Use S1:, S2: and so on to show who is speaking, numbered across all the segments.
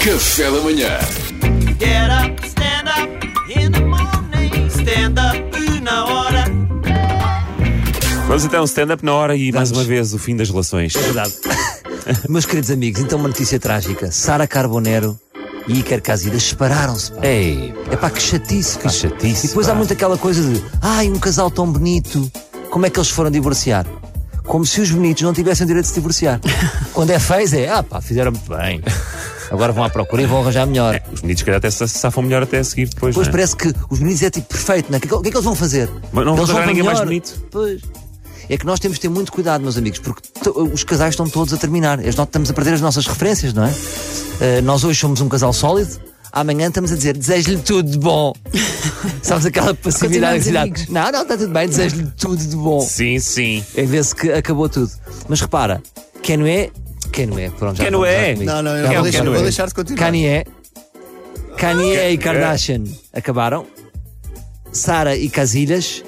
S1: Café da manhã.
S2: Get up, stand up in the morning. Stand up na hora.
S3: Vamos então, stand-up na hora e mais
S4: Vamos. É
S3: uma vez o fim das relações.
S4: Verdade. Meus queridos amigos, então uma notícia trágica. Sara Carbonero e Iker Casillas separaram-se. pá.
S3: Ei,
S4: É pá, que chatice. pá.
S3: Que chatice,
S4: E depois
S3: pá.
S4: há muito aquela coisa de ai, um casal tão bonito, como é que eles foram divorciar? Como se os bonitos não tivessem o direito de se divorciar. Quando é feio, é ah pá, fizeram muito bem. Agora vão à procura e vão arranjar melhor.
S3: os meninos, se calhar, até se safam melhor até a seguir depois.
S4: Depois
S3: não é?
S4: parece que os meninos é tipo perfeito, não é? O que, é que- o que é que eles vão fazer?
S3: Mas não vão
S4: eles
S3: encontrar
S4: para
S3: ninguém mais
S4: melhor.
S3: bonito.
S4: Pois. É que nós temos de ter muito cuidado, meus amigos, porque to- os casais estão todos a terminar. Nós estamos a perder as nossas referências, não é? Eh, nós hoje somos um casal sólido, amanhã estamos a dizer desejo-lhe tudo de bom. Sabes aquela passividade?
S5: Continuamos
S4: que se dá.
S5: amigos.
S4: Não, não, está tudo bem, desejo-lhe tudo de bom.
S3: Sim, sim.
S4: É ver-se que acabou tudo. Mas repara, quem não é, quem não é, pronto, já
S3: Quem não
S4: vamos
S3: é?
S4: lá comigo.
S6: Não, não, eu
S4: Já
S6: vou
S4: vamos
S6: deixar,
S4: lá
S3: Kanye.
S6: vou deixar de continuar.
S4: é? Kanye. Kanye e Kardashian acabaram. Sara e Casilhas.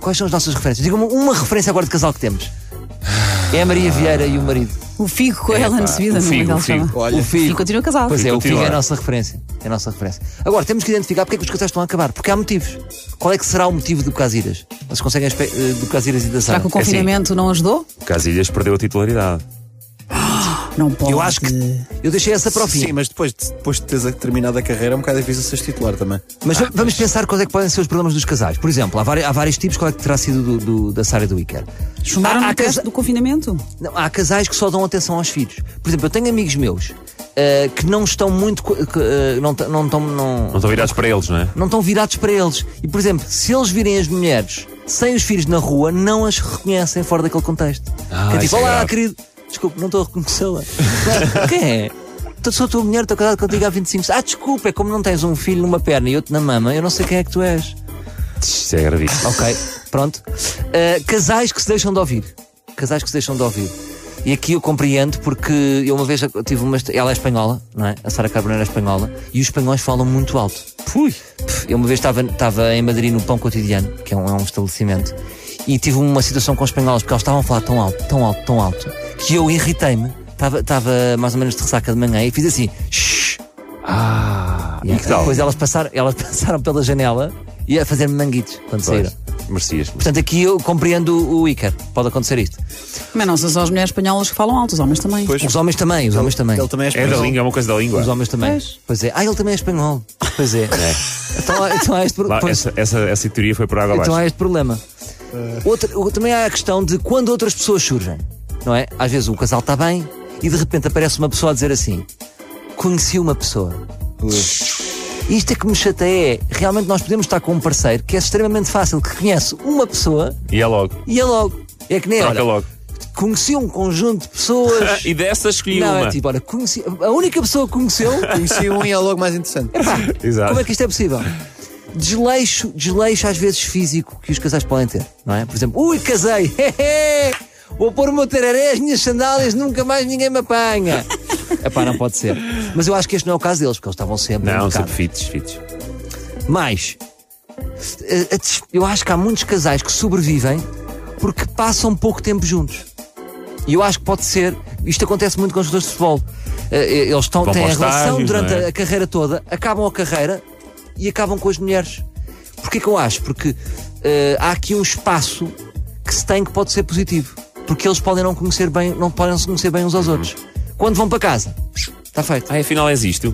S4: Quais são as nossas referências? Diga-me uma referência agora de casal que temos. É a Maria Vieira e o marido.
S5: O Figo com ela na subida,
S3: o
S5: não é
S3: Figo,
S4: então,
S3: o
S5: que ela
S3: Figo.
S5: chama?
S6: Olha,
S4: o
S5: E
S4: filho.
S5: continua casado.
S4: Pois é, o filho
S3: Continua.
S4: é a nossa referência. É a nossa referência. Agora, temos que identificar porque é que os casais estão a acabar. Porque há motivos. Qual é que será o motivo do Casilhas? Vocês conseguem espe- eh, do Casilhas e da
S5: Será
S4: Sara?
S5: que o confinamento não ajudou?
S3: Casilhas perdeu a titularidade.
S5: Não pode.
S4: Eu acho que. Eu deixei essa para o fim.
S6: Sim, mas depois de, depois de teres terminado a carreira é um bocado difícil seres titular também.
S4: Mas
S3: Ah,
S4: va- vamos pensar quais é que podem ser os problemas dos casais. Por exemplo, há vários, há vários tipos, qual é que terá sido do- do- da Sara e do Iker?
S5: Chumbaram
S4: há,
S5: no
S4: há
S5: teste
S4: casa-
S5: do confinamento?
S4: não, há casais que só dão atenção aos filhos. Por exemplo, eu tenho amigos meus ah, que não estão muito. co- que, ah, não t- não estão.
S3: Não
S4: Não,
S3: estão virados para eles, não é?
S4: não estão virados para eles. E, por exemplo, se eles virem as mulheres sem os filhos na rua, não as reconhecem fora daquele contexto.
S3: Ah,
S4: que é
S3: isso
S4: tipo,
S3: é
S4: olá,
S3: grave."
S4: querido, desculpe, não estou a reconhecê-la. Quem é? "Tu- Sou a tua mulher, estou casado contigo há 25 anos. Ah, desculpa, é como não tens um filho numa perna e outro na mama, eu não sei quem é que tu és.
S3: Isso é gravíssimo.
S4: Ok, pronto. Uh, casais que se deixam de ouvir. Casais que se deixam de ouvir. E aqui eu compreendo porque eu uma vez tive uma. est- Ela é espanhola, não é? A Sara Carbonero é espanhola. E os espanhóis falam muito alto.
S3: Pui.
S4: Eu uma vez estava, estava em Madrid no Pão Cotidiano, que é um, é um estabelecimento, e tive uma situação com os espanhóis, porque eles estavam a falar tão alto, tão alto, tão alto, que eu irritei-me. Estava, estava mais ou menos de ressaca de manhã e fiz assim. Shh! Ah, e
S3: que tal?
S4: depois elas passaram, elas passaram pela janela e a fazer-me manguitos quando saíram.
S3: Pois, Merecias-me.
S4: Portanto, aqui eu compreendo o- o Iker. Pode acontecer isto.
S5: Mas não são só as mulheres espanholas que falam alto, os homens também.
S6: Pois.
S4: Os homens também, os homens também.
S6: Ele também é
S3: É da
S6: espanhol.
S3: língua, é uma coisa da língua.
S4: Os homens também.
S5: Pois.
S4: Pois é. Ah, ele também é espanhol. Pois é. Então, há- então há este, pro-
S3: Lá,
S4: pois-
S3: essa, é essa, essa teoria foi por água abaixo.
S4: então há este problema. Outra- o- também há a questão de quando outras pessoas surgem, não é? Às vezes o casal está bem e de repente aparece uma pessoa a dizer assim: Conheci uma pessoa. Isto é que me chateia é, realmente nós podemos estar com um parceiro que é extremamente fácil, que conhece uma pessoa
S3: E é logo.
S4: e é logo. É que nem
S3: Troca
S4: olha,
S3: logo.
S4: Conheci um conjunto de pessoas.
S3: E dessa escolhi
S4: não,
S3: uma.
S4: é tipo, olha, conheci, a única pessoa que conheceu,
S6: Conheci um e é logo mais interessante.
S3: Exato.
S4: como é que isto é possível? Desleixo, desleixo às vezes físico que os casais podem ter, não é? Por exemplo, ui, casei, hehe, vou pôr o meu tereré, as minhas sandálias, nunca mais ninguém me apanha. Epá, não pode ser. Mas eu acho que este não é o caso deles, porque eles estavam sempre.
S3: Não,
S4: marcados.
S3: sempre fites, fites.
S4: Mais, eh, a des- eu acho que há muitos casais que sobrevivem porque passam pouco tempo juntos. E eu acho que pode ser. Isto acontece muito com os jogadores de futebol. Eh, eh, Eles estão,
S3: Vão
S4: têm a
S3: para os
S4: relação
S3: estádios,
S4: durante
S3: não é?
S4: a- a carreira toda, acabam a carreira e acabam com as mulheres. Porquê que eu acho? Porque eh, há aqui um espaço que se tem que pode ser positivo. Porque eles podem não conhecer bem, não podem se conhecer bem uns
S3: Uhum.
S4: aos outros. Quando vão para casa, está feito.
S3: Ah, afinal és isto.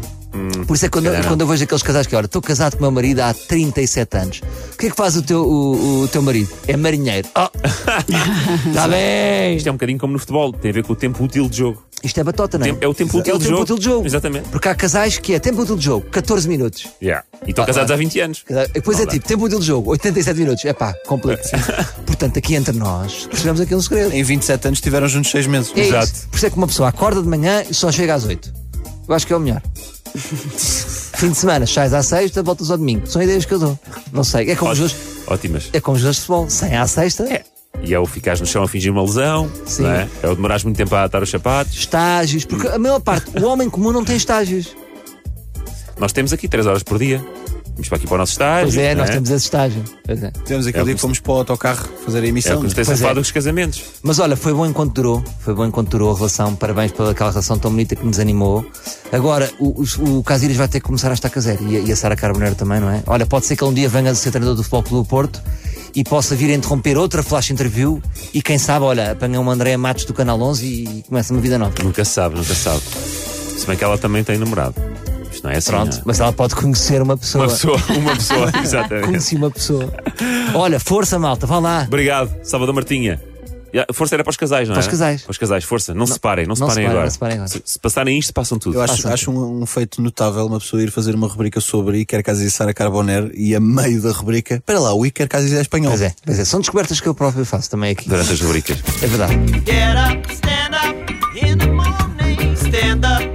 S4: Por isso é que quando,
S3: calhar não.
S4: quando eu vejo aqueles casais que, olha, estou casado com o meu marido há 37 anos. O que é que faz o teu, o, o teu marido? É marinheiro.
S3: Ah!
S4: Oh! Está bem!
S3: Isto é um bocadinho como no futebol. Tem a ver com o tempo útil de jogo.
S4: Isto é batota, não é?
S3: Tempo- é o tempo útil
S4: é o
S3: de
S4: tempo
S3: jogo.
S4: útil de jogo.
S3: Exatamente.
S4: Porque há casais que é tempo útil de jogo, 14 minutos.
S3: Yeah. E
S4: Ah,
S3: estão casados há 20 anos.
S4: Cada- Depois
S3: Não
S4: é
S3: dá.
S4: tipo, tempo útil de jogo, 87 minutos. É pá, complexo. Portanto, aqui entre nós, percebemos aqui um segredo.
S6: Em 27 anos tiveram juntos 6 meses.
S4: É
S3: Exato.
S4: isso. Por isso é que uma pessoa acorda de manhã e só chega às 8. Eu acho que é o melhor. Fim de semana, sais à sexta, voltas ao domingo. São ideias que eu dou. Não sei. É como os
S3: Ót-
S4: dois.
S3: Ótimas.
S4: É como os dois de futebol. Sem à sexta,
S3: É. E é o ficares no chão a fingir uma lesão.
S4: Sim.
S3: não é? é o demorares muito tempo a atar os sapatos.
S4: estágios. Porque a maior parte, o homem comum não tem estágios.
S3: Nós temos aqui 3 horas por dia. Vamos para aqui para o nosso estágio.
S4: Pois é, nós
S3: né?
S4: temos esse estágio. Pois é.
S6: Tivemos aquele
S3: É o
S6: dia
S3: que
S6: que fomos para o autocarro fazer a
S3: É o
S6: emissão.
S3: que nos tem
S4: Pois é.
S3: safado dos casamentos.
S4: Mas olha, foi bom enquanto durou. Foi bom enquanto durou a relação. Parabéns pela aquela relação tão bonita que nos animou. Agora, o, o, o Casilhas vai ter que começar a estar caseiro. E, a- e a Sara Carboneiro também, não é? Olha, pode ser que ele um dia venha a ser treinador do Futebol Clube do Porto e possa vir a interromper outra flash interview e quem sabe, olha, apanha uma Andréa Matos do Canal 11 e, e começa uma vida nova.
S3: Nunca se sabe, nunca se sabe. Se bem que ela também tem namorado. Isto não é assim.
S4: Pronto,
S3: não é?
S4: mas ela pode conhecer uma pessoa.
S3: Uma pessoa, uma pessoa, exatamente.
S4: Conheci uma pessoa. Olha, força, malta, vá lá.
S3: Obrigado, Salvador Martinha. Ya, Força era para os casais, não é?
S4: Para os casais.
S3: Para os casais, força. Não, se separem, não, se
S4: não
S3: separem
S4: separem,
S3: agora.
S4: não separem agora.
S3: Se, se passarem isto, passam tudo.
S6: Eu acho,
S4: Façam.
S6: acho um, um feito notável uma pessoa ir fazer uma rubrica sobre Iker Casillas e Sara Carboner e a meio da rubrica, para lá, o Iker Casillas é espanhol.
S4: Pois é, pois é, são descobertas que eu próprio faço também aqui.
S3: Durante as rubricas.
S4: É verdade.
S2: Get up, stand up in the morning, stand up